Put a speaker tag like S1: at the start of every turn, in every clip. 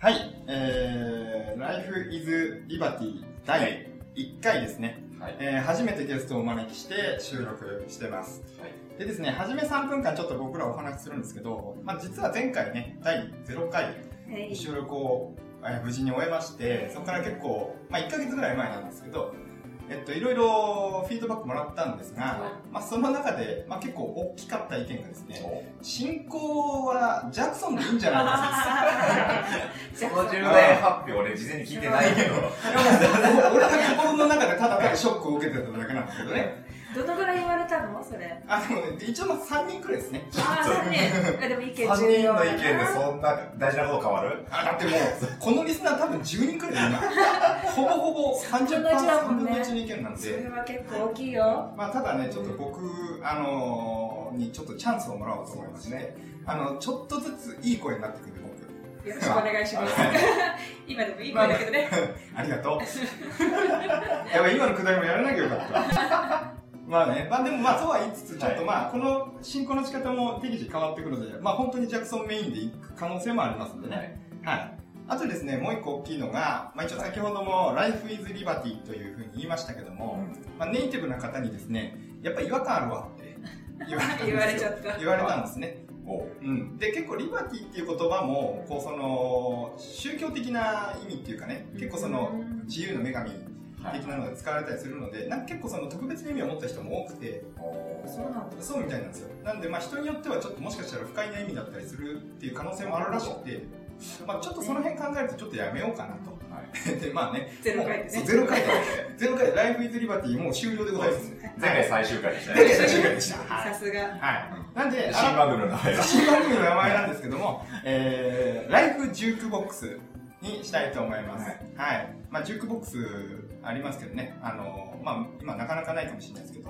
S1: はい、えー、Life is Liberty 第1回ですね、
S2: はい。はい。
S1: えー初めてゲストをお招きして収録してます。でですね、初め3分間ちょっと僕らお話しするんですけど、まあ、実は前回ね、第0回
S3: はい。
S1: 収録をえー無事に終えまして、そこから結構、まあ、1ヶ月ぐらい前なんですけど、えっと、いろいろフィードバックもらったんですが、まあ、その中で、まあ、結構大きかった意見がですね、
S2: お
S1: 進行はジャクソンでいいんじゃないかと。
S3: じゃ
S2: この重
S3: あ、
S2: 大発表俺事前に聞いてないけど。
S1: 俺は心の中でただただショックを受けてただけなんですけどね。
S3: どのぐらい言われたのそれ。
S1: あの、一応まあ3人くらいですね。
S3: ああ、そうね。あ、でも意見
S2: 3
S3: 重要
S2: 人の
S3: だ
S2: 意
S3: な
S2: 見でそんな大事なこと変わる
S1: あ、だってもう、このリスナー多分10人くらいだ よ今。ほぼほぼ30%、
S3: 分の一だも
S1: 3
S3: ん
S1: 分
S3: ね
S1: の1の意見なん
S3: それ
S1: で。
S3: は結構大きいよ。
S1: まあただね、ちょっと僕、あのーにちょっとチャンスをもらおうと思いまして、ね、あの、ちょっとずついい声になってくる僕。
S3: よろしくお願いします。今でもいい声だけどね。
S1: ありがとう。 やばい、今のくだりもやらなきゃよかった。まあね、まあでもまあそうは言いつつ、ちょっとまあこの進行の仕方も適時変わってくるので、まあ本当にジャクソンメインで行く可能性もありますんでね。
S2: はい。
S1: はい。あとですね、もう一個大きいのが、まあ一応先ほども Life is Liberty というふうに言いましたけども、まあネイティブな方にですね、やっぱ違和感あるわって 言われたんですよ。
S3: 言われちゃった。
S1: 言われたんですね。
S2: お
S1: うん。で、結構リバティっていう言葉も、こうその、宗教的な意味っていうかね、結構その、自由の女神
S2: はい
S1: 的。なので使われたりするので、なんか結構その特別な意味を持った人も多くて、
S2: お
S3: そうなんだ。
S1: そうみたいなんですよ。なんで、まあ、人によってはちょっともしかしたら不快な意味だったりするっていう可能性もあるらしくて、まあ、ちょっとその辺考えるとちょっとやめようかなと。で、まあね、
S3: ゼロ回で
S1: も
S3: ね
S1: う。ゼロ回で、ゼロ回で、ライフイズリバティもう終了でございます。
S2: 前回最終回でした
S1: 前
S2: ね
S1: 回。最終回 でした。は
S3: さ
S1: い。
S3: すが。
S1: はいなんで、
S2: 新
S1: あ
S2: 番組の名前
S1: の
S2: が。
S1: 新番組の名前なんですけども、えー、ライフジュークボックスにしたいと思います。はい。まあ、ジュークボックスありますけどね、あの、まあ、今なかなかないかもしれないですけど、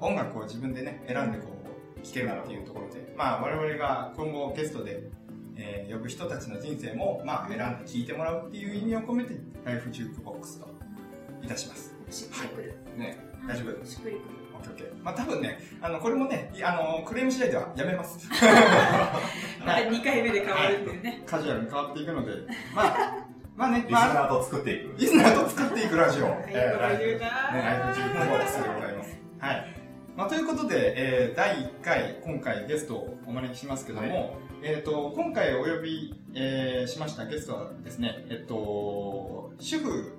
S1: 音楽を自分でね、選んでこう、聴けるっていうところで、まあ、我々が今後ゲストで、えー呼ぶ人たちの人生も、まあ、選んで聴いてもらうっていう意味を込めて、ライフジュークボックスといたします。
S3: しっくりくる。
S1: ね、大丈夫
S3: しっくりくる。
S1: オッケーオッケー。まあ、多分ね、あの、これもね、いあの、クレーム次第ではやめ ます。
S3: また2回目で変わるんだよね。
S1: カジュアルに変わっていくので、 まあ、まあね
S2: リ、ス
S1: まあ、
S2: ナーと作っていく。
S1: リスナーと作っていくラジオ。
S3: いい
S1: えー
S3: こと言
S1: ね、
S3: う
S1: ライ
S3: な
S1: ブ中のボックスでございます。はい。まあ、ということで、えー第1回、今回ゲストをお招きしますけども、
S2: は
S1: えっ、と、今回お呼び、えーしましたゲストはですね、えっと、主婦、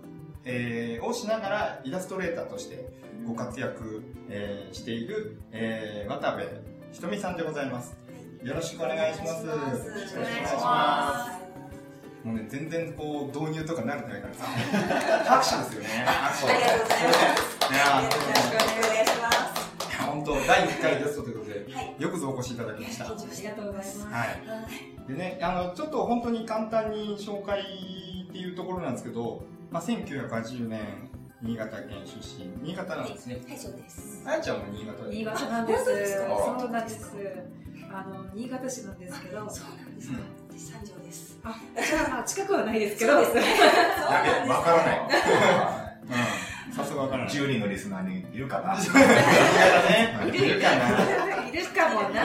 S1: えーをしながらイラストレーターとしてご活躍、えーしている、えー渡部ひとみさんでございます。よろしくお願いします。
S3: よろしくお願いします
S1: す。もうね、全然こう、導入とか慣れてないからさ、拍手ですよね。拍手
S4: ありがとうございます。
S1: いやー
S4: よろしくお願いします。
S1: いや本当第1回ゲストということで、
S4: はい
S1: よくぞお越しいただきました。
S4: 緊
S1: は
S4: 張
S3: あ
S4: し
S3: り
S4: て
S3: がとうございます。
S1: い。でね、あの、ちょっと本当に簡単に紹介っていうところなんですけど、まあ、1980年、新潟県出身、新潟なんですね。
S4: はい、そうです。
S1: あやちゃんも新潟で。
S3: 新潟なんです。
S4: 本当です
S2: か
S3: そうなんです。あの、新潟市なんですけど、
S4: そうなんですか。で、三条です。
S3: あ、じゃあ近くはないですけど、
S4: そうですそう
S2: だ
S4: なん
S2: け
S4: で
S2: ど、
S4: す。
S2: わからな
S1: うん。さすがわから
S2: い。
S1: ない。
S2: 10人のリスナーにいるかな。
S1: 新潟ね。
S3: いるいる
S1: かな。
S3: いるかもな。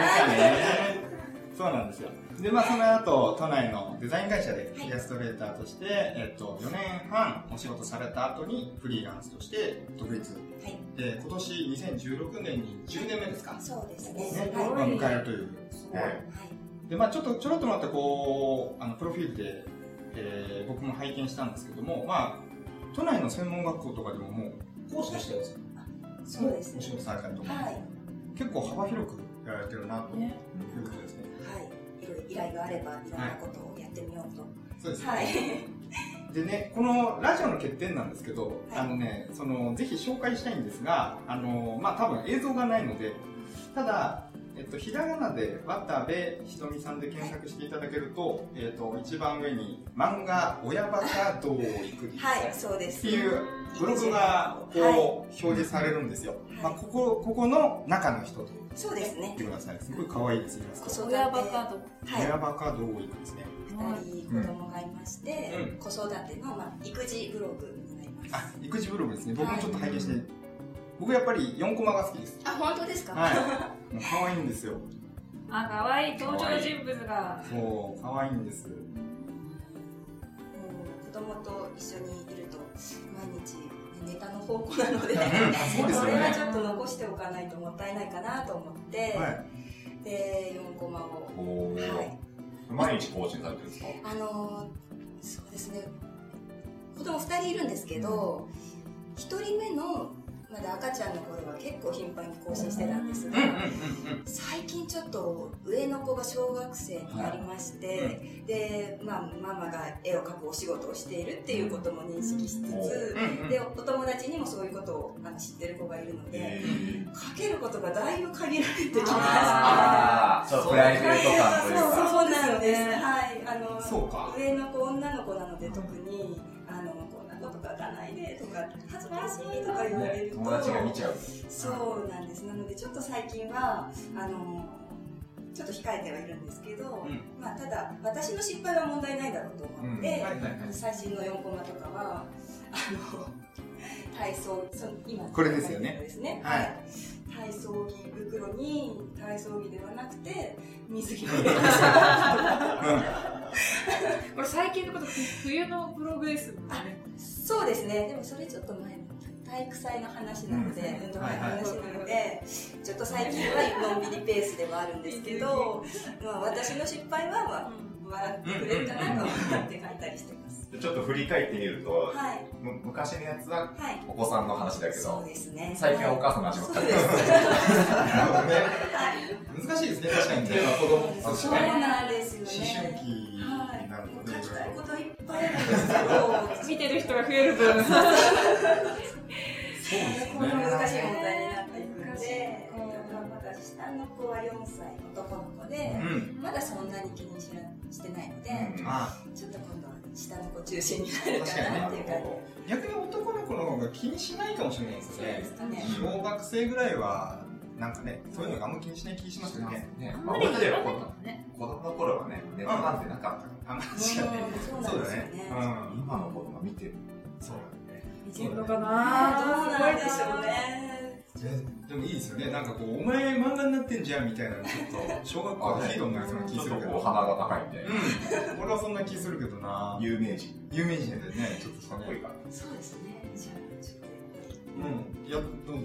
S1: そうなんですよ。で、まあ、その後、都内のデザイン会社でイラストレーターとして、えっと、4年半お仕事された後にフリーランスとして独立。
S4: はい。
S1: で、今年2016年に10年目ですか。
S4: そうです
S1: ね
S4: ね。
S3: ごい
S1: ま
S4: は
S1: あ迎えるという。
S3: す
S2: ごい
S4: い。
S1: で、まあ、ちょっとちょろっとまたこう、あの、プロフィールで、えー僕も拝見したんですけども、まあ、都内の専門学校とかでももう、講師として
S4: そうです
S1: お仕
S4: ね。
S1: 事されたりとか、
S4: はい。は
S1: 結構幅広くやられてるなということですね。
S4: い。いろいろ依頼があれば、いろんなことをやってみようと。
S1: そうですね。
S4: はい。
S1: でね、このラジオの欠点なんですけど、
S4: はい
S1: あのね、その、ぜひ紹介したいんですが、あの、まあ、多分映像がないので、ただ、えっと、ひらがなで渡部ひとみさんで検索していただけると、えっと、一番上に漫画親バカ道を行く
S4: はい、そうで
S1: っ
S4: す。
S1: ていうブログがこう、表示されるんですよ。
S4: はい
S1: まあ、ここ、ここの中の人と
S4: そうです
S1: 言っ
S4: ね。
S1: てください。すごい可愛いです、イラスト。
S4: 子育て
S3: 親バカと
S4: はい。
S1: 親バカ道を行くですね。
S4: 二人子供がいまして
S1: う、
S4: 子育ての、まあ、育児ブログになります。
S1: あ、育児ブログですね。僕もちょっと拝見して、僕やっぱり4コマが好きです。
S4: あ、本当ですか
S1: はい。もう可愛いんですよ。
S3: あ、可愛い登場人物が。
S1: そう、可愛いんです。
S4: 供と一緒にいると毎日ネタの宝庫なので
S2: うんあそうです
S4: そ
S2: よ
S4: れはち
S2: ね。
S4: ょっと残しておかないともったいないかなと思って、
S1: はい。
S4: で4コマを
S2: おー
S4: はい
S2: 毎日更新されてるんですか
S4: あのーそうですね子供2人いるんですけど、一1人目のまだ赤ちゃんの頃は結構頻繁に更新してたんですが、
S1: うんうんうんうん。
S4: 最近ちょっと上の子が小学生になりまして、
S1: はい
S4: で、まあ、ママが絵を描くお仕事をしているっていうことも認識しつつ、
S1: うんうん
S4: でお友達にもそういうことをあの知ってる子がいるので、
S2: えー
S4: 描けることがだいぶ限られてきました
S2: あーちょっとプライベート感という
S4: そう
S2: か。
S4: そうなんです、
S3: そうですね
S4: はいあの
S1: そうか。
S4: 上の子女の子なので特にあのこんなこと書かないでとか恥ずかしいとか言われる
S2: ね
S4: と、
S2: 友達が見ちゃう。
S4: そうなんですなのでちょっと最近はあのちょっと控えてはいるんですけど、
S1: うん
S4: まあ、ただ私の失敗は問題ないだろうと思っ
S2: うん
S4: て
S1: はい、はいはい
S4: 最新の4コマとかはあの体操その今
S1: これですよね
S4: ですね
S1: はい
S4: はい体操着袋に体操着ではなくて水 着を入れました
S3: これ最近のこと、ふ冬のブログですもんね。
S4: そうですね、でもそれちょっと前の体育祭の話なので、
S2: う
S4: 運動会
S1: はい
S4: の
S1: はい
S4: 話なので、ちょっと最近はのんびりペースではあるんですけど、まあ、私の失敗は、まあ、笑ってくれるかなと思って書いたりしてます。
S2: ちょっと振り返ってみると、
S4: はい、
S2: む昔のやつは
S4: はい。
S2: お子さんの話だけ
S4: そう
S2: ど、
S4: ですね。
S2: 最近はお母さんの話ばっ
S4: そ
S2: か
S4: う
S2: り
S4: で。す。
S1: なるほどね。
S4: はい。
S1: 難しいですね、確かにね。
S2: 子供
S4: そう
S2: 確かに
S4: なんです
S1: 思
S4: よ
S1: 春期
S4: ね。はい
S1: になる。の
S4: もう
S1: で、
S4: 書
S1: ね、
S4: きたいこといっぱいあるんですけ
S3: 見
S4: ど、
S3: てる人が増える分。
S1: そうです
S4: こんな難しい問題になっていくので、まだ下の子は4歳男の子で、
S1: うん。
S4: まだそんなに気にしなしてないので、
S2: うん
S1: あ
S4: ちょっと今度は下の子中心になるかなっていう感
S1: 逆に男の子の方が気にしないかもしれないです
S4: じで
S1: ね
S4: す。かね。
S1: 小学生ぐらいは、なんかね、そういうのがあんま気にしない気しますよね。
S2: ね
S3: あん
S2: まあ
S3: まり
S2: 俺
S3: 言
S2: た
S3: わ
S2: ちは
S3: なかっ
S2: 子
S3: たね。
S2: 子供の頃はね、ネタなんてなかったか
S1: あんま
S4: うん
S1: 確かにね。
S4: そうなん
S1: そう
S4: で
S1: だ
S4: すよ
S1: ね
S4: ね。。
S1: う
S4: ね
S1: ん。
S2: 今の子供見てる。
S1: そうだね。
S3: 見てるのか
S4: どう
S3: な
S4: なんでしょう。ね。
S1: ででもいいですよね。なんかこう、お前漫画になってんじゃんみたいなの、ちょっと、小学校のヒーローになりそうな
S2: ち
S1: 気
S2: ょっ
S1: す
S2: と
S1: るけ
S2: こう
S1: ど。
S2: 鼻が高いみたいな。
S1: うん。俺はそんな気するけどな。
S2: 有名人。
S1: 有名人だよね、ちょっと
S2: かっこいいから。
S4: そうですね。じゃあちょっと
S1: うん。いや、どう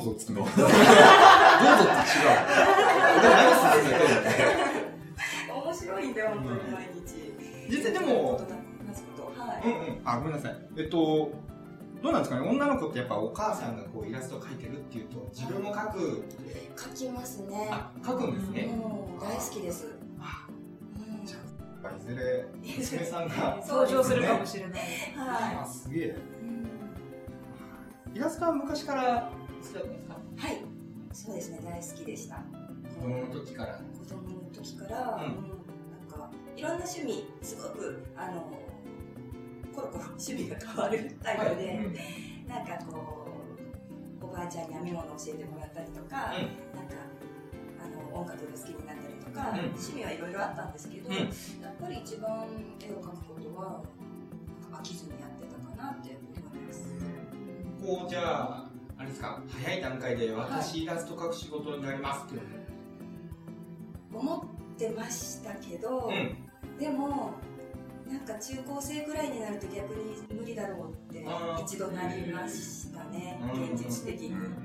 S1: ぞ。どうぞっつっても。どうぞって違う。俺は何するんだけど
S4: 面白いんだよ本当に毎日。
S1: 実際で
S4: こ
S1: も
S4: と、話すことは
S1: うん
S4: い。
S1: うん。あ、ごめんなさい。えっと、どうなんですかね女の子ってやっぱお母さんがこうイラスト描いてるっていうと、自分も描く。
S4: 書きますね。
S1: あ、描くんですね。
S4: もう大好きです。
S1: あ
S4: うん
S1: じゃいずれ、娘さんが。
S3: 登場するかもしれない。
S4: は
S1: あ、すげえ。
S4: い。うん
S1: イラストは昔から好きだったんですか
S4: はい。そうですね。大好きでした。
S1: 子供の時から。
S4: 子供の時から、
S1: うん
S4: うんなんかいろんな趣味すごくあのコロコロ趣味が変わるタイプで、
S2: うん
S4: なんかこうおばあちゃんに編み物教えてもらったりとか、なんかあの音楽が好きになったりとか、
S1: うん
S4: 趣味はいろいろあったんですけど、
S1: うん
S4: やっぱり一番絵を描くことは飽きずにやってたかなって思います。
S1: こう、じゃあ、あれですか、早い段階で私イラスト描く仕事になりますっていうのも
S4: 思ってましたけど、
S1: うん。
S4: でもなんか中高生くらいになると逆に無理だろうって
S1: あー
S4: 一度なりましたね
S1: うん
S4: 現実的に、
S2: うん
S1: うんうんう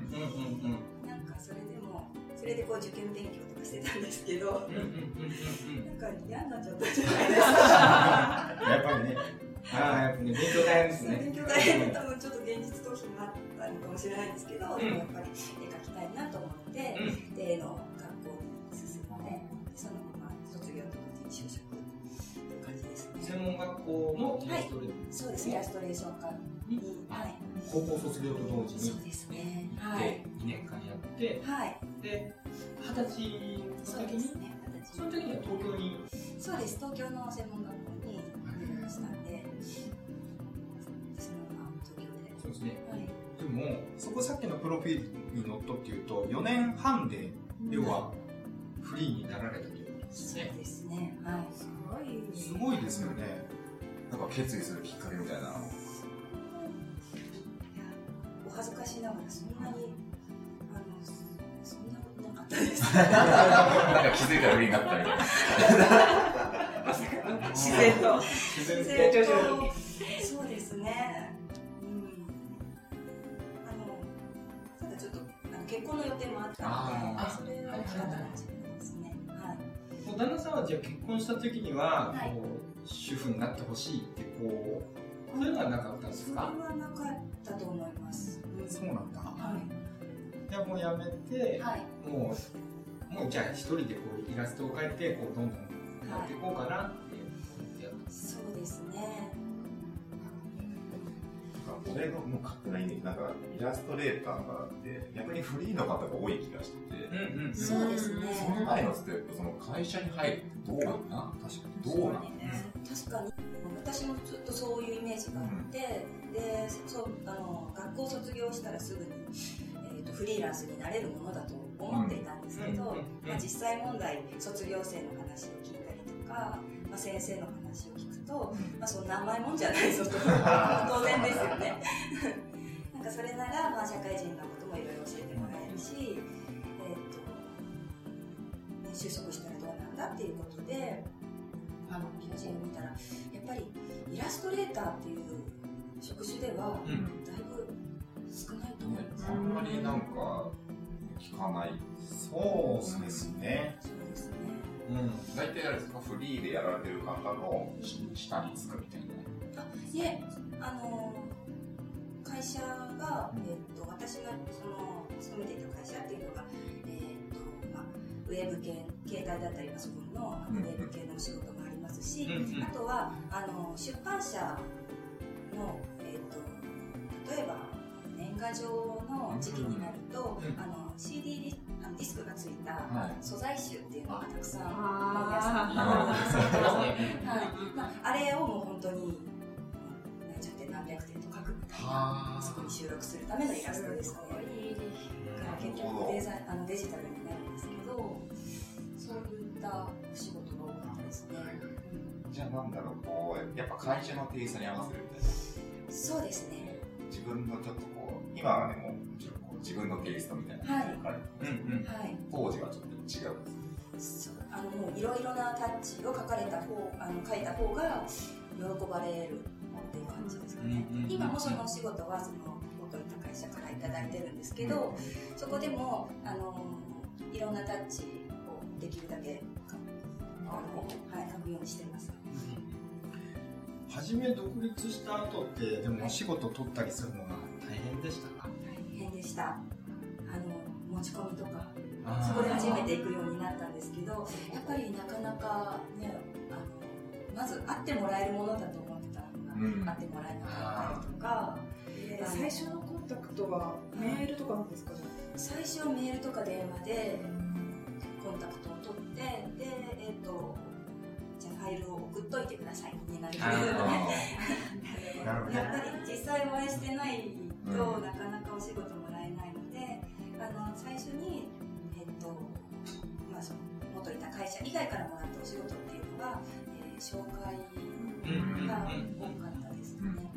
S1: ん。
S4: なんかそれでもそれでこう受験勉強とかしてたんですけ ど
S1: うんうんうんうん
S4: なんか嫌になっちゃったじゃないです
S1: やっぱりね。ああ、やっぱね、勉強大変です
S4: か
S1: ね。
S4: 勉強大変多分ちょっと現実逃避もあったのかもしれないんですけど、
S1: ん
S4: でもやっぱり絵描きたいなと思って、
S1: う
S4: で絵の学校に進んでそのまま卒業と同時に就職という感じですね
S1: 専門学校のイラストレーター
S4: そうですイラストレーション科に、はい
S1: 高校卒業と同時に
S4: そうですね。
S1: 行っ
S4: は
S1: て
S4: い。、
S1: 2年間やって、
S4: はい。
S1: で、二十歳
S4: そ
S1: の
S4: う
S1: 時
S4: で
S1: に
S4: す、ね。
S1: その時には東京に、
S4: そうです。東京の専門学校に入学したんで、そのまま東京で。
S1: そうですね。
S4: はい。
S1: でも、そこさっきのプロフィールにのっとっていうと、4年半で、要は、フリーになられたということです
S4: そう
S1: ね。
S4: ですね。はい。
S3: すごい。
S1: すごいですよね。
S2: なんか決意するきっかけみたいな。
S4: いや、お恥ずかしながらそんなにあのそんなことなかったです。
S2: なんか気づいたら売りになったみたいな。
S3: まさか。自然と。
S1: 自然と。
S3: 成長してる
S4: そうですね。うん。あの、ただちょっと、あの結婚の予定もあった
S2: あ
S4: ので、それは大きかったかもしれないですね。はい。
S1: もう旦那さんはじゃあ結婚した時には、
S4: はい
S1: こう主婦になってほしいってこうそういうのはなかったんで
S4: そ
S1: す
S4: れ
S1: か
S4: はなかったと思います。
S1: そうなんだ
S4: は
S1: じゃあもうやめ
S4: い。
S1: て、
S4: はい。
S1: もうもうじゃあ一人でこうイラストを描いてこうどんどんやっていこうかなって思ってやっ
S4: そうですね。
S2: なんか俺のもう勝手なイメージ、なんかイラストレーターがあって、逆にフリーの方が多い気がしてて、
S1: たうんうん
S4: そうですね。
S2: その前のステップ、その会社に入るってどうなんな確かに。どうなん
S4: 確かに私もずっとそういうイメージがあって、でそうあの学校を卒業したらすぐに、えー、とフリーランスになれるものだと思っていたんですけど、
S1: うん
S4: まあ、実際問題卒業生の話を聞いたりとか、まあ、先生の話を聞くと、まあ、そんな甘いもんじゃないぞと当然ですよね なんかそれなら、まあ、社会人のこともいろいろ教えてもらえるし、えーとね就職したらどうなんだっていうことであの求人を見たらやっぱりイラストレーターっていう職種では
S1: うん
S4: だいぶ少ないと思い
S2: ね
S4: ます、
S2: あんまりなんか聞かない。
S1: そうですね
S4: そうですね
S1: うん
S2: 大体あれですか、フリーでやられてる方の下につくみたいな。
S4: いえあの会社が、えっと私がその勤めていた会社っていうのが、えっとまあ、ウェブ系携帯だったりパソコンのあの
S2: う
S4: ウ
S2: ん
S4: ェブ系のお仕事もありますし、
S1: うんうん
S4: あとはあの出版社の、えっと例えば年賀状の時期になると、
S1: うん
S4: あの CD リあのディスクがついた
S2: はい。
S4: 素材集っていうのがたくさん
S3: あ
S4: はいまあ、あれをもう本当に何十点何百点と書くみたいな
S2: は
S4: そこに収録するためのイラストですねだから結局デザインあのデジタルになるんですけどそういったお仕事が多かったですね、
S2: じゃあなんだろう、こう、やっぱ会社のテイストに合わせるみたいな。
S4: そうですね
S2: 自分のちょっとこう、今はね、もう、もちろんこう自分のテイストみたいなのがある
S1: うんうん
S4: はい
S2: 当時はちょっと違うんですよ
S4: そうあのもういろいろなタッチを書かれた方あの書いた方が喜ばれるっていう感じですかね、
S1: うんうんうん
S4: 今もそのお仕事はその僕がいた会社からいただいてるんですけど、そこでもあのいろんなタッチをできるだけ書く
S2: なるほ
S4: はい、書くようにしてます
S1: 初め独立した後ってでもお仕事取ったりするのが大変でしたか
S4: 大変でしたあの持ち込みとか
S1: あー
S4: そこで初めて行くようになったんですけどやっぱりなかなかねあのまず会ってもらえるものだと思ってたのが、
S2: うん
S4: 会ってもらえなかったりとか
S3: ー最初のコンタクトはメールとかなんですかね
S4: 最初はメールとか電話でコンタクトを取ってでえっ、とじゃあファイルを送っといてくださいになるんですよ
S1: あ
S4: ね
S1: ーなるほど
S4: やっぱり実際お会いしてないと
S2: うん
S4: なかなかお仕事もらえないので、あの最初に、えっとまあ、その元いた会社以外からもらったお仕事っていうのが、えー紹介
S1: うん
S4: が多かったです
S2: うん
S4: ね。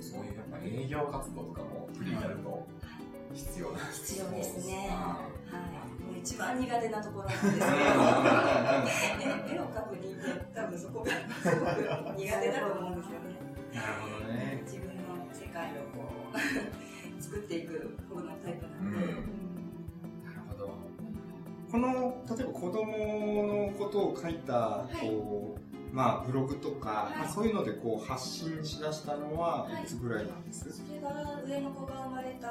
S2: そういうやっぱ営業活動とかもフリーになると必要なんです
S4: 必要ですね。は
S2: はい
S4: い、もう一番苦手なところなんですけど、絵絵を描く人間、多分そこがすごく苦手だと思うんですよね。
S1: なるほどね
S4: 自分の世界をこう 作っていく方のタイプな
S2: うん
S4: で、
S2: ん
S1: なるほどこの例えば子供のことを書いた
S4: い
S1: こう、まあ、ブログとか、
S4: はい
S1: まあ、そういうのでこう発信しだしたのは
S4: はい
S1: いつぐらいなんです、
S4: それが上の子が生まれた、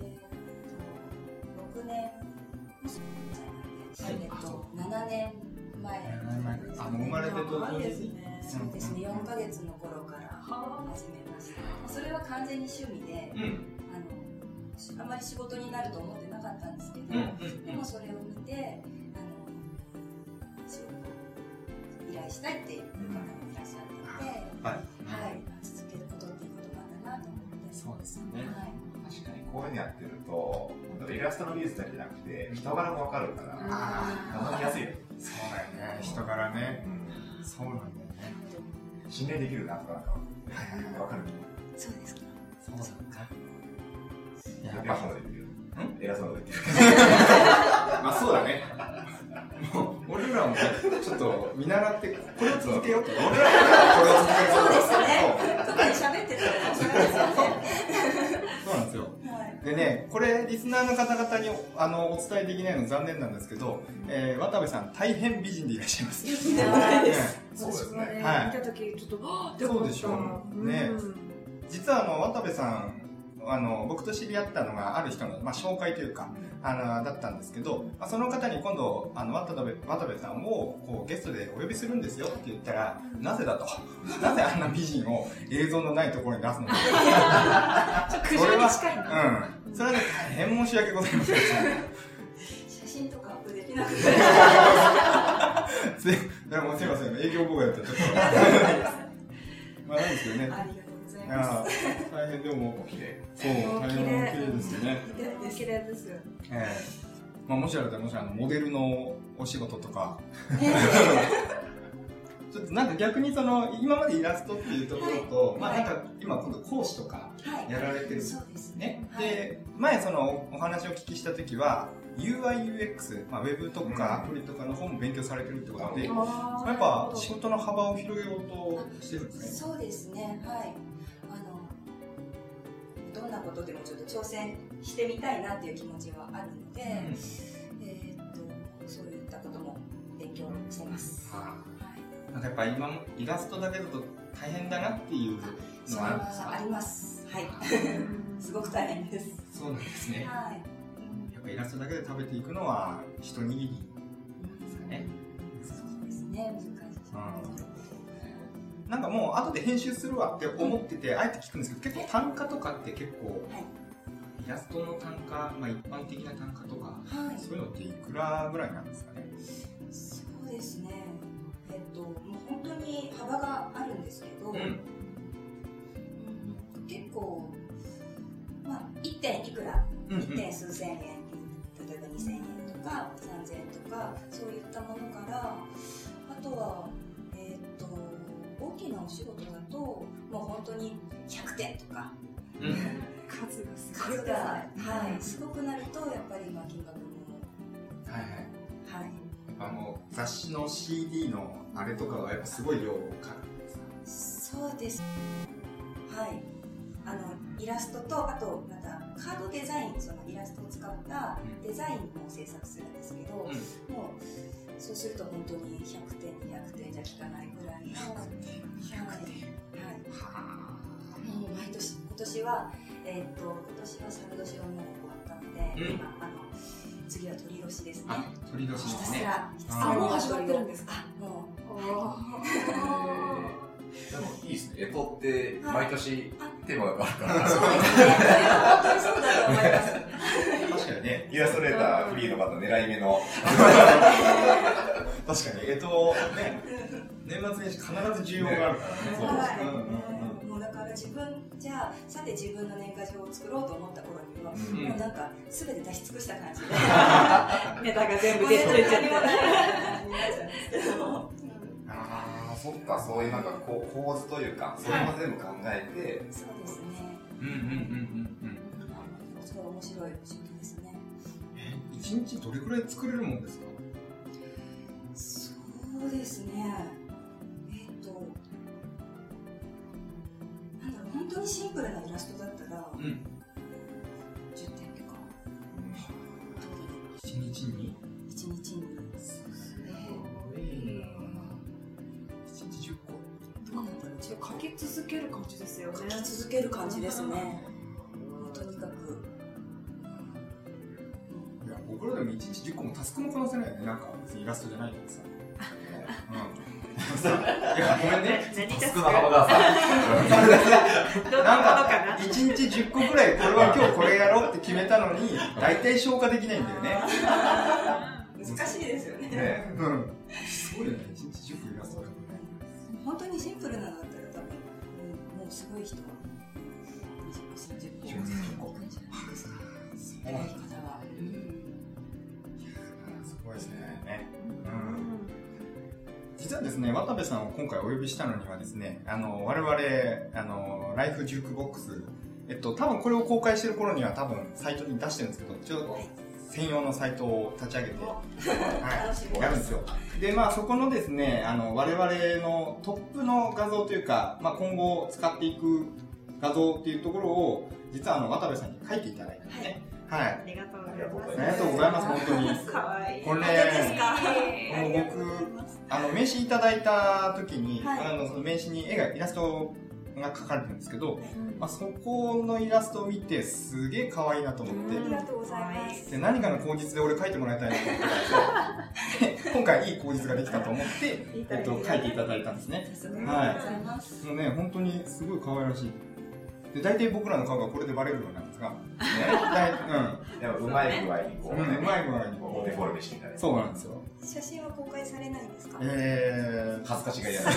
S4: えー、と6年
S1: はい
S4: えっと7年前
S1: あもう生まれてと同時に
S4: そうですね
S1: うん
S4: 4ヶ月の頃から始めましたそれは完全に趣味で
S1: うん
S4: あのしあまり仕事になると思ってなかったんですけど、
S1: うんうん
S4: でもそれを見てあの仕事を依頼したいっていう方もいらっしゃっていて、
S1: はい
S4: はい、続けることっていうことなんだなと思って
S1: そうですよ
S4: はい
S1: ね、
S2: 確かにこういうのやってると本当イラストの技術だけじゃなくて人柄もわかるから
S1: あ
S2: 学びやすいよね
S1: そうだよね人柄ね
S2: うん
S1: そうなんだよね
S2: 信頼できるなと かなんかわかる
S4: そうですか
S1: そうだかや
S2: 偉
S1: っぱ
S2: そうなこと言ってる偉そうなこと言ってる
S1: まあそうだねもう俺僕らもちょっと見習って、これを続けようと。俺らもこれを続けよ
S4: そうですね。特に喋ってたら面白いですよ
S1: そ
S4: ね。
S1: うそうなんですよ。
S4: はい。
S1: でね、これ、リスナーの方々にあのお伝えできないの残念なんですけど、えー渡部さん、大変美人でいらっしゃいます。
S4: いやないです
S1: ね
S2: そうですね
S3: 私もね、
S1: はい
S3: 見た時ちょっとはぁって
S1: そう
S3: 思
S1: で
S3: っ
S1: したょうね
S3: うん
S1: 実はあの渡部さんあの僕と知り合ったのがある人の、まあ、紹介というかあのだったんですけど、まあ、その方に今度あの渡部渡部さんをこうゲストでお呼びするんですよって言ったらなぜだと なぜあんな美人を映像のないところに出すのか、
S3: ちょっと苦情に近いな
S1: うん、それはね大変申し訳ございませんでした
S4: 写真とかアップできなくて。
S1: すいません営業妨害だったらちょっ とまあなんですけどね
S4: ありがとうございま
S1: あー大変でも
S2: 綺麗
S1: そう大変綺麗ですよね
S4: す。みたいです。
S3: 綺麗ですよ
S1: ええまあ、もしあればもしあのモデルのお仕事とかちょっとなんか逆にその今までイラストっていうところと、
S4: はい
S1: まあ
S4: は
S1: ないんか今今度講師とか
S4: はい。
S1: やられてる
S4: そうですね。
S1: ね、
S4: はい
S1: で前そのお話をお聞きした時は UIUX、まあ、ウェブとかアプリとかの方も勉強されてるってことで、
S2: う
S1: やっ
S3: あー
S1: ぱ仕事の幅を広げようとしてるんですね
S4: そうですね。はい。あのどんなことでもちょっと挑戦してみたいなっていう気持ちはあるので、
S1: うん
S4: えーっとそういったことも勉強してます。
S1: あ
S4: はい。
S1: ーなんかやっぱ今もイラストだけだと大変だなっていう
S4: そ
S1: の
S4: れ
S1: はあるんです
S4: はあ
S1: か
S4: ります。はい。
S3: うん
S4: すごく大変です。
S1: そうなんですね
S4: はい。
S1: やっぱイラストだけで食べていくのは一握りですかね。
S4: そうですね。難しい。
S1: なんかもう後で編集するわって思ってて、あえて聞くんですけど、結構単価とかって結構、
S4: はい
S1: イラストの単価、まあ一般的な単価とか、
S4: はい。
S1: そういうのっていくらぐらいなんですかね。
S4: そうですね。えっと、もう本当に幅があるんですけど、
S1: うん。
S4: うん結構、まあ、1点いくら、
S1: うん、うん。
S4: 1点数千円、例えば2000円とか3000円とか、そういったものから、あとは、えっと、大きなお仕事だと、もう本当に100点とか、
S1: うん
S3: 数がすごい
S4: 数
S3: です
S4: が、
S3: ね
S4: はい、すごくなると、やっぱり、まあ、金額も、
S1: はいはい。
S4: はい、
S1: やっぱあの、雑誌の CD のあれとかはやっぱすごい量を買う。
S4: そうです。はい。あのイラストとあとまたカードデザインそのイラストを使った
S1: うん
S4: デザインも制作するんですけど、もうそうすると本当に100点200点じゃ効かないぐらいのはいはい
S1: は
S4: もう毎年今年はえーっと今年は猿年はもう終わったので、
S1: うん
S4: 今あの次は鳥年ですね
S1: あ。あ、鳥年で
S4: ひた
S1: す
S4: す
S1: ね。
S4: らひたすら
S1: あ
S3: もう始まってるんです
S4: かあ も
S3: お
S4: うはい
S3: ー
S2: でもいいですね。エポって毎年テーマが変わるから。
S4: そうですね。それは本当にそうだと思います。
S1: 確かにね。
S2: イラストレーターフリーの方狙い目 の。
S1: 確かに、えっと、ね、年末年始必ず需要があるからね。
S2: そう
S4: は
S1: う
S4: い
S1: んうんうん
S4: もうだから自分じゃあさて自分の年賀状を作ろうと思った頃には、
S1: ん
S4: もうなんか全て出し尽くした感じで
S3: ネタが全
S4: も
S3: 部
S4: う
S3: 出
S4: ね
S3: てれちゃって
S4: 何もない感じになっちゃうんですけど
S1: あ
S2: あそっか、そういうなんかこう構図というか、そういうのも全部考えて、
S4: そうですね
S1: ーうんうんうんうんうん
S4: すごい面白い仕事ですね
S1: え一日どれくらい作れるもんですか
S4: そうですねえっ、となんだろう本当にシンプルなイラストだったら
S1: うん
S4: 10点とか
S1: 一日に
S4: 1日に
S1: 一日10個
S4: どうなんだろう
S3: ちょっとかけ続ける感じですよね
S4: 書き続ける感じですね。もうとにかく。
S1: いや僕らでも一日10個もタスクもこなせないよねなんか別にイラストじゃないからさうんいやごめんね
S3: 何
S2: タ
S3: タ
S2: ス
S3: ス
S2: ク
S3: ク
S2: の幅がさ、
S3: どんなもの
S1: なん
S3: かな
S1: か一日10個くらいこれは今日これやろうって決めたのに大体消化できないんだよね
S4: うん難しいですよね。
S2: ね、
S1: うんすごいよね一日10個イラストだもんね
S4: 本当にシンプルなのだったら多分、うんもうすごい人は20個30個
S1: うん
S4: 50個じゃないですか。
S1: そう
S4: 偉
S1: な
S4: い方
S1: んだ
S4: は。うん
S1: すごいですねうん実はですね、渡部さんを今回お呼びしたのにはですね、あの、我々、あの、ライフジュークボックス、えっと、多分これを公開してる頃には多分サイトに出してるんですけど、ちょっと
S4: はい
S1: 専用のサイトを立ち上げて、はい、
S4: 楽しみ
S1: やるん
S4: です。
S1: ですよ。で、まあそこのですね、あの、我々のトップの画像というか、まあ今後使っていく画像っていうところを、実はあの、渡部さんに書いていただいたんですね。はい。
S3: ありがとうございます。
S1: ありがとうございます、本当に。
S3: かわいい。
S1: これ
S4: 本当ですか
S1: あの
S4: ありがとうございます
S1: あの、名刺いただいた時に、
S4: はい
S1: あの、その名刺に絵が、イラストが描かれてるんですけど、
S3: うん
S1: まあそこのイラストを見て、すげえ可愛いなと思って
S4: あ、りがとうございます。
S1: で何かの口実で俺書いてもらいたいなと思ってたん ですよ今回いい口実ができたと思って、えっと、書いていただいたんですね
S4: さすが
S1: はい
S4: ありがとうございます。
S1: もうね本当にすごい可愛らしいで大体僕らの顔がこれでバレるようなん ですが、ね、大
S2: でもうまい具合にこ
S1: う
S2: う、
S1: ん、うん、うまい具合に
S2: こ
S1: こ
S2: うデフォ
S1: う
S2: ルメしてみたいな。
S1: そうなんですよ
S4: 写真は公開されないんですか
S1: えー、
S2: 恥ず かしがり屋だ。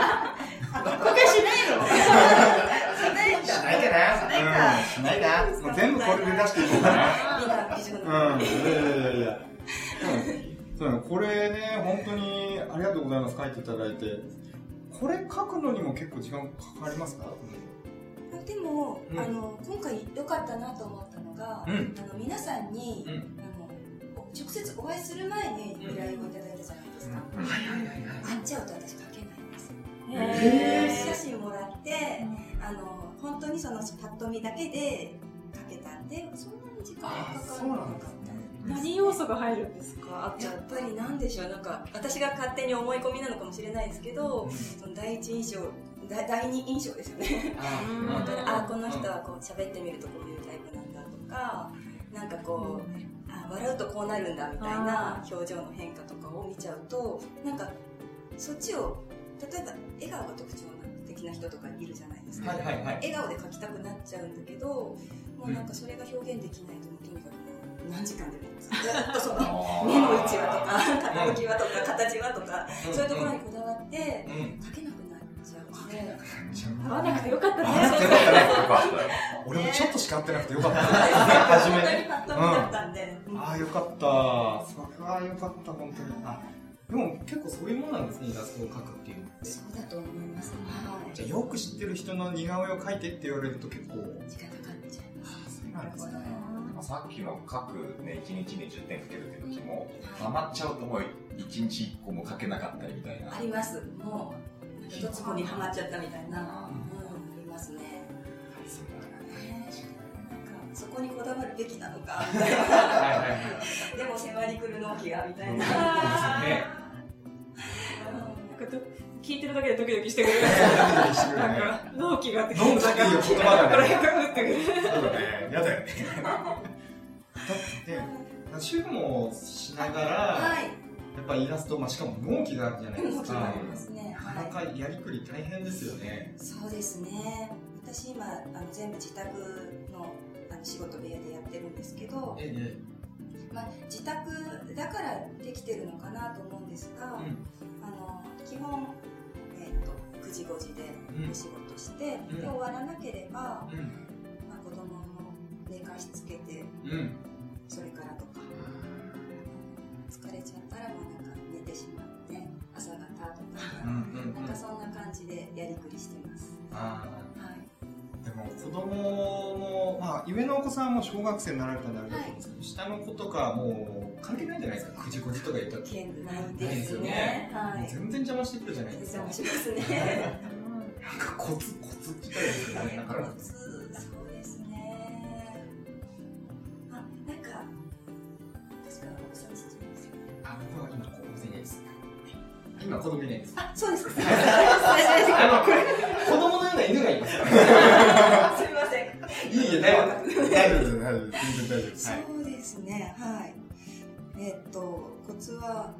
S4: 公開しないのしないん
S1: し
S4: だ。
S1: ないかなしないかな、うん、しないなもう全部これで出していこうかな
S4: みんな美女
S1: うん、い
S4: の
S1: やいやいや。そうなのこれね、本当にありがとうございます、書いていただいて。これ書くのにも結構時間かかりますか
S4: でも、
S1: うん
S4: あの今回良かったなと思ったのが、
S1: うん
S4: あの皆さんに、
S1: うん
S4: あの直接お会いする前に依頼をいただいたじゃないですか、会っちゃうと私書けないんですよ
S1: へ
S4: 写真もらってあの本当にそのパッと見だけで書けたんでそんなに時間が
S1: あ
S4: かか
S1: そう
S4: るの
S1: なん
S4: か
S1: ですね。
S3: 何要素が入るんですか
S4: やっぱりなんでしょうなんか私が勝手に思い込みなのかもしれないですけどその第一印象だ第二印象ですよね
S3: うん
S4: 本当にあーこの人
S1: は。
S4: はこう喋ってみるとこういうタイプなんだとかなんかこうあー笑うとこうなるんだみたいな表情の変化とかを見ちゃうとなんかそっちを例えば笑顔が特徴的な人とかいるじゃないですか、
S1: はいはいはい。
S4: 笑顔で描きたくなっちゃうんだけどもうなんかそれが表現できないともうとにかくもう何時間 でもいいですずっとその目の位置はとか傾きはとか形はとかそういうところにこだわって
S1: うん。
S4: 描けなくなっちゃうので。
S3: 合わなくてよかったね。
S1: あ
S3: そ
S1: ー
S3: う
S1: よかったね
S2: よかったよ。
S1: 俺もちょっとしか合ってなくてよかった。初
S4: 本当
S1: め。
S4: にパッと見だったんで、うん
S1: ああ、よかった。それはよかった、本当に。あでも結構そういうもんなんですね、イラストを描くっていうのって。
S4: そうだと思います、はい、
S1: じゃあよく知ってる人の似顔絵を描いてって言われると結構。
S4: 時間かかっちゃいます
S1: そうなんですね。
S2: さっきの各ね、1日に10点かけるって時も、ハマっちゃうともう1日1個もかけなかったりみたいな。
S4: ありますもうなんか一つこにはまっちゃったみたいな、
S2: あ
S4: うん、ありますねねなんかそこにこだわるべきなのかみたい
S1: はいはいはい。
S4: なでも迫り来る納期がみたいな、うん
S3: あー
S1: ね
S4: なん
S3: な
S4: か
S3: んかど聞いてるだけでドキドキしてくる。
S1: してくる
S3: なん
S1: ね。
S3: か納期がって
S1: 納期っていう言葉がね
S3: これが打ってくる。
S1: そうだね。嫌だよね。だって、主婦もしながら、や
S4: はい
S1: っぱイラスト、まあ、しかも納期があるじゃないです
S4: 納期があ
S1: か
S4: り。ますね、
S1: なかな
S4: はい
S1: かやりくり大変ですよね。
S4: そうですね私今あの全部自宅のあの仕事部屋でやってるんですけど、
S1: ええ。
S4: まあ、自宅だからできてるのかなと思うんですが、
S1: うん
S4: あの基本、えー、と9時5時で
S1: うん
S4: お仕事して、
S1: うん
S4: で終わらなければ、
S1: うん。
S4: まあ、子供の寝かしつけて
S1: うん。
S4: それからとか疲れちゃったらもうなんか寝てしまって朝方と
S1: うんう
S4: か、
S1: ん
S4: なんかそんな感じでやりくりしてます。
S1: あ
S4: はい
S1: ーでも子供も、まあ、上のお子さんも小学生になられたんだろうと思うんですけど、下の子とかはもう関係ないじゃないですか、9時5時とか言ったら、
S4: けんない
S1: ないで
S4: ですす
S1: よ
S4: ね。
S1: ね
S4: はい。
S1: 全然邪魔してくるじゃないです
S4: 失
S1: か。
S4: 礼しますね。
S1: なんかコツコツって言ったらいい ですかね。なんか
S4: コツそうですねあなんか確か奥さんちっちゃいんですよね
S1: あ、僕は今子供いないです。今子供いないです。
S4: あそうです か すいません
S1: あの、これ、子供のような犬がいます。
S4: すいません
S1: いいえ、大丈夫です。大丈夫です。大丈夫です。全然大丈夫です。はい。
S4: そうですねはいえっとコツは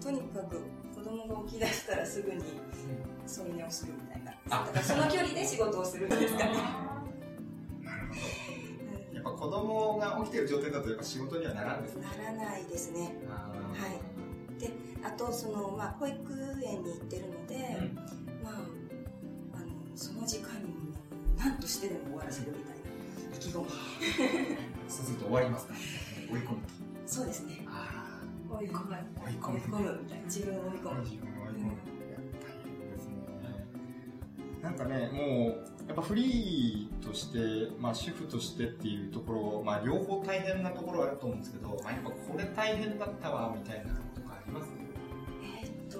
S4: とにかく子供が起き出したらすぐに添い寝をするみたいなだからその距離で仕事をするんですか ね
S1: なるほど。やっぱ子供が起きてる状態だと、やっぱ仕事にはならんですね。
S4: ならないですね
S1: はい。
S4: あとその、まあ、保育園に行ってるので、
S1: うん
S4: まあ、あのその時間にみんな何としてでも終わらせるみたいな意気込み
S1: そうすると終わりますからね。追い込むと。
S4: そうですね
S1: あ
S4: 追い込む
S1: あ、追い込
S4: 追い
S1: む。
S4: 込むみたいな自分を追い込む
S1: 自分を追い込む。やっぱりですね。なんかね、もう、やっぱフリーとして、まあ主婦としてっていうところ、まあ両方大変なところはあると思うんですけど、まあやっぱこれ大変だったわ、みたいなことかあります
S4: えーっと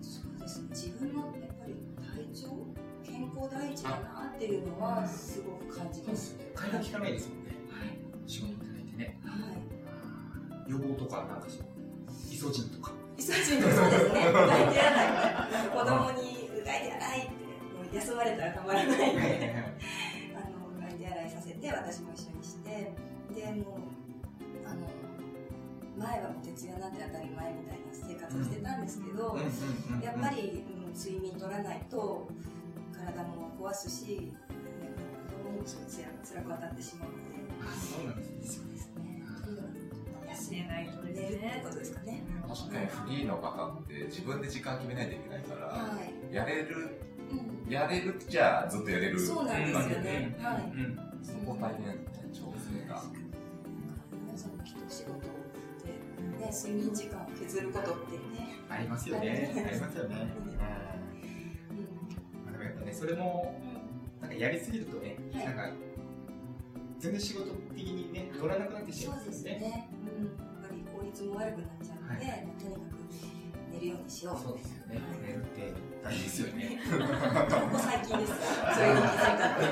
S4: そうですね自分のやっぱり体調健康第一だなっていうのはすごく感じます、
S1: ね。会話聞かないですもんね。一緒にいただいてね。
S4: はい
S1: 予防とか、なんかそう、イソジンとか。
S4: 忙しいのそうですねう がい手洗いなんか子供にうがい手洗いってもう休まれたらたまらないんであのうがい手洗いさせて私も一緒にしてでもうあの前はもう徹夜なんて当たり前みたいな生活をしてたんですけど、やっぱり、うん、睡眠取らないと体も壊すし、子供にもつら辛く当たってしまうので、
S1: あそうなんですね。
S4: そうですね。とにかく休
S3: 寝ないと
S4: め
S3: です
S4: るって
S3: ね
S4: こ。とですかね。
S2: 確かにフリーの方って自分で時間決めないといけないから、
S4: はい。
S2: やれる、
S4: う
S2: やれるじゃあずっとやれる
S4: そうなんですよね
S2: わけで
S4: はい
S1: うん。
S2: そこ大変だよね、調整が。
S4: ん。なんか皆さんもきっと仕事でね睡眠時間を削ることってね。
S1: ありますよね。ありますよね。う
S4: う
S1: ん。まあでもやっぱね、それも
S4: ん。
S1: なんかやりすぎるとね、
S4: はい
S1: なんか、全然仕事的にね、乗らなくなってし
S4: そ
S1: ま
S4: う
S1: うん
S4: で
S1: です
S4: す
S1: ね。
S4: ね。うん。やっぱり効率も悪くなっちゃうので、
S1: は
S4: もうとにかく寝るようにしよう。
S1: そうですよね。寝るって大事ですよ ね。
S4: ここ最近です。それに気づいたっていう。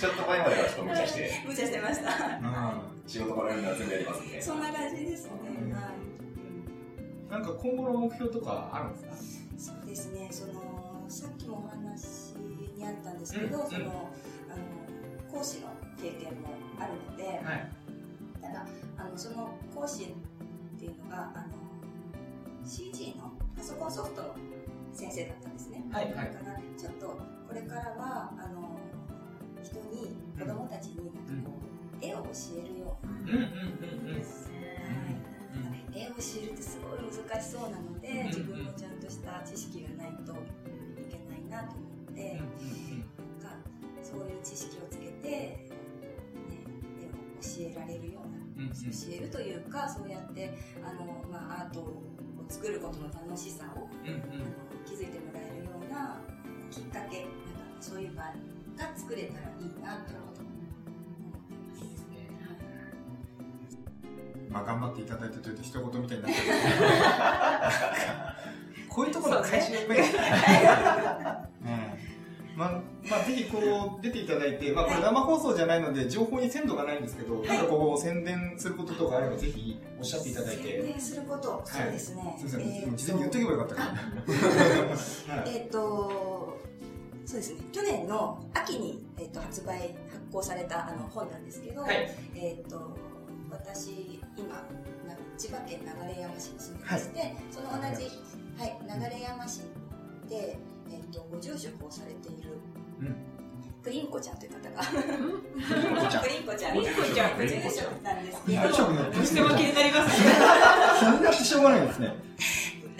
S2: ちょっと前まではちょっと無茶して、
S4: 無茶してました。
S1: うん
S2: 仕事もらえるなら全部やりますみたい
S4: そん な感じですね。
S1: うん
S4: はい。
S1: なんか今後の目標とかあるんです
S4: そうですね。そのさっきもお話にあったんですけど、
S1: うんうん
S4: そのあの講師の経験もあるので
S1: か、はい。
S4: ただあのその講師っていうのがあの CG のパソコンソフトの先生だったんですね。
S1: はいは
S4: だ
S1: い
S4: からちょっとこれからはあの人に子供たちになんかこう、絵を教えるような
S1: うんう
S2: な。
S1: んうんうん。
S4: はい絵を知るってすごい難しそうなの
S1: うん
S4: で自分もちゃんとした知識がないといけないなと思ってなんかそういう知識をつけて、ね、絵を教えられるような
S1: うんうんうん
S4: 教えるというかそうやってあの、まあ、アートを作ることの楽しさ
S1: う
S4: を
S1: んうん
S4: 気づいてもらえるようなきっかけなんかそういう場が作れたらいいなと思ってます。
S1: まあ頑張っていただいてというと一言みたいになっちゃうけどこういうところは会社の目が、ねえまあまあ、ぜひこう出ていただいて、まあ、これ生放送じゃないので情報に鮮度がないんですけど、なんかこう宣伝することとかあればぜひおっしゃっていただい
S4: 宣
S1: て
S4: 伝すること、そうですね。
S1: すみません、
S4: えーと
S1: 事前に言っとけばよかったかな、はい
S4: えっ、とそうですね去年の秋に、えー、と発売発行されたあの本なんですけど、
S1: はい
S4: えっ、と私今な千葉県流山市に住んでまして、その同じ、はい、流山市で、えー、とご住職をされている、
S1: うん
S4: プリンコちゃんという方が
S1: プリンコち ゃん
S4: プリンコちゃん
S3: プリンコちゃん
S4: ご住職なんですけ
S1: 飲
S4: ど
S1: 食のプ
S3: どうして
S1: リン
S3: も
S1: コちゃん気
S3: 気になりますね。
S1: になってしょうがないですね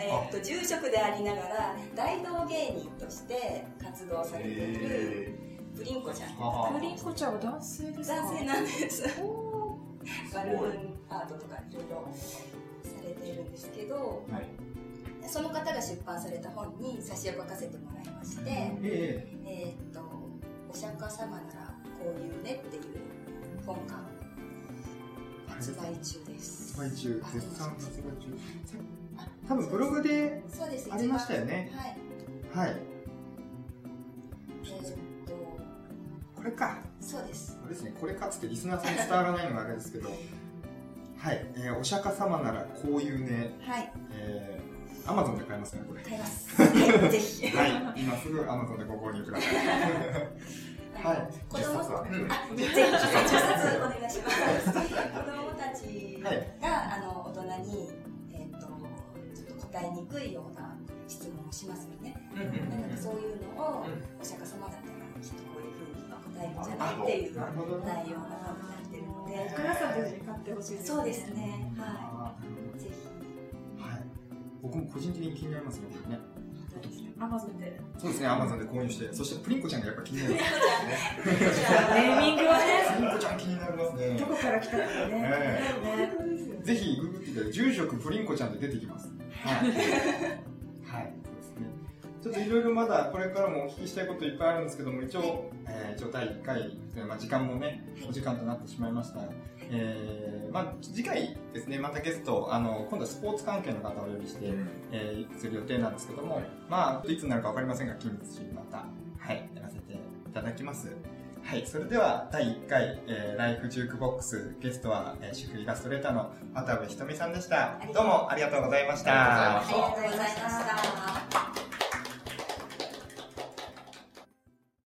S4: えー、と住職でありながら大道芸人として活動されているプリンコちゃん
S1: あー
S3: プリンコちゃんは男性ですか
S4: 男性なんです
S3: お
S4: バルーンアートとかいろいろされているんですけど
S1: はい
S4: その方が出版された本に差しを書かせてもらいまして「
S1: え
S4: えーっとお釈迦様ならこういうね」っていう本が発売中で
S1: え
S4: す
S1: 発売中
S4: あ
S1: 絶賛
S4: そ
S1: 発
S4: うです
S1: 売中多分ブログで
S4: そうです
S1: ありましたよね
S4: 一番はい
S1: はい
S4: えーっと
S1: これか
S4: そうです
S1: そうですね、これかつてリスナーさんに伝わらないのがあれですけど、 はい、えーお釈迦様ならこういうね、
S4: はい
S1: えー、アマゾンで買えますね、これ。
S4: 買いますはいぜひ
S1: はい、今すぐアマゾンでご購入ください。はい、
S4: 子
S2: 10冊
S4: 供
S2: はね。
S1: うん
S4: あ、ぜひ、10冊お願いします。子供たちが、
S1: はい
S4: あの、大人に、えっ、と、ちょっと答えにくいような質問をしますよね。なので、そういうのを、お釈迦様だったら、きっとこういうふうに答えるんじゃないっていう
S1: なるほどね。
S4: 内容が多分なってるの
S3: お
S4: で、
S3: 母さんたちに買ってほしいですね。
S4: そうですね。は
S1: あーなる
S4: い。ぜひ、
S1: ほどはい。僕も個人的に気になりますね、これね。
S4: 本当ですね。
S3: アマゾンで。
S1: そうですね、アマゾンで購入して、そしてプリンコちゃんがやっぱ気になります。
S4: こちら
S3: ネーミングはね、
S1: プリンコちゃん気になります
S3: ど
S1: ね。
S3: こから来たのかね。
S1: ええ
S3: ね
S1: ぜひググっていただいて、住職プリンコちゃんで出てきます。はい。はい。そうですね。ちょっといろいろまだこれからもお聞きしたいこといっぱいあるんですけども、一応、えー一応第1回、えーまあ、時間もね、お時間となってしまいました。えーまあ、次回ですね、またゲスト、あの、今度はスポーツ関係の方をお呼びして、えーする予定なんですけども、まあ、いつになるかわかりませんが、近日また、はい、やらせていただきます。はい、それでは第1回、えーライフジュークボックス、ゲストは、えー主婦イラストレーターの渡部ひとみさんでした。どうもありがとうございました。
S2: ありがとうございました
S4: ありがとうございました。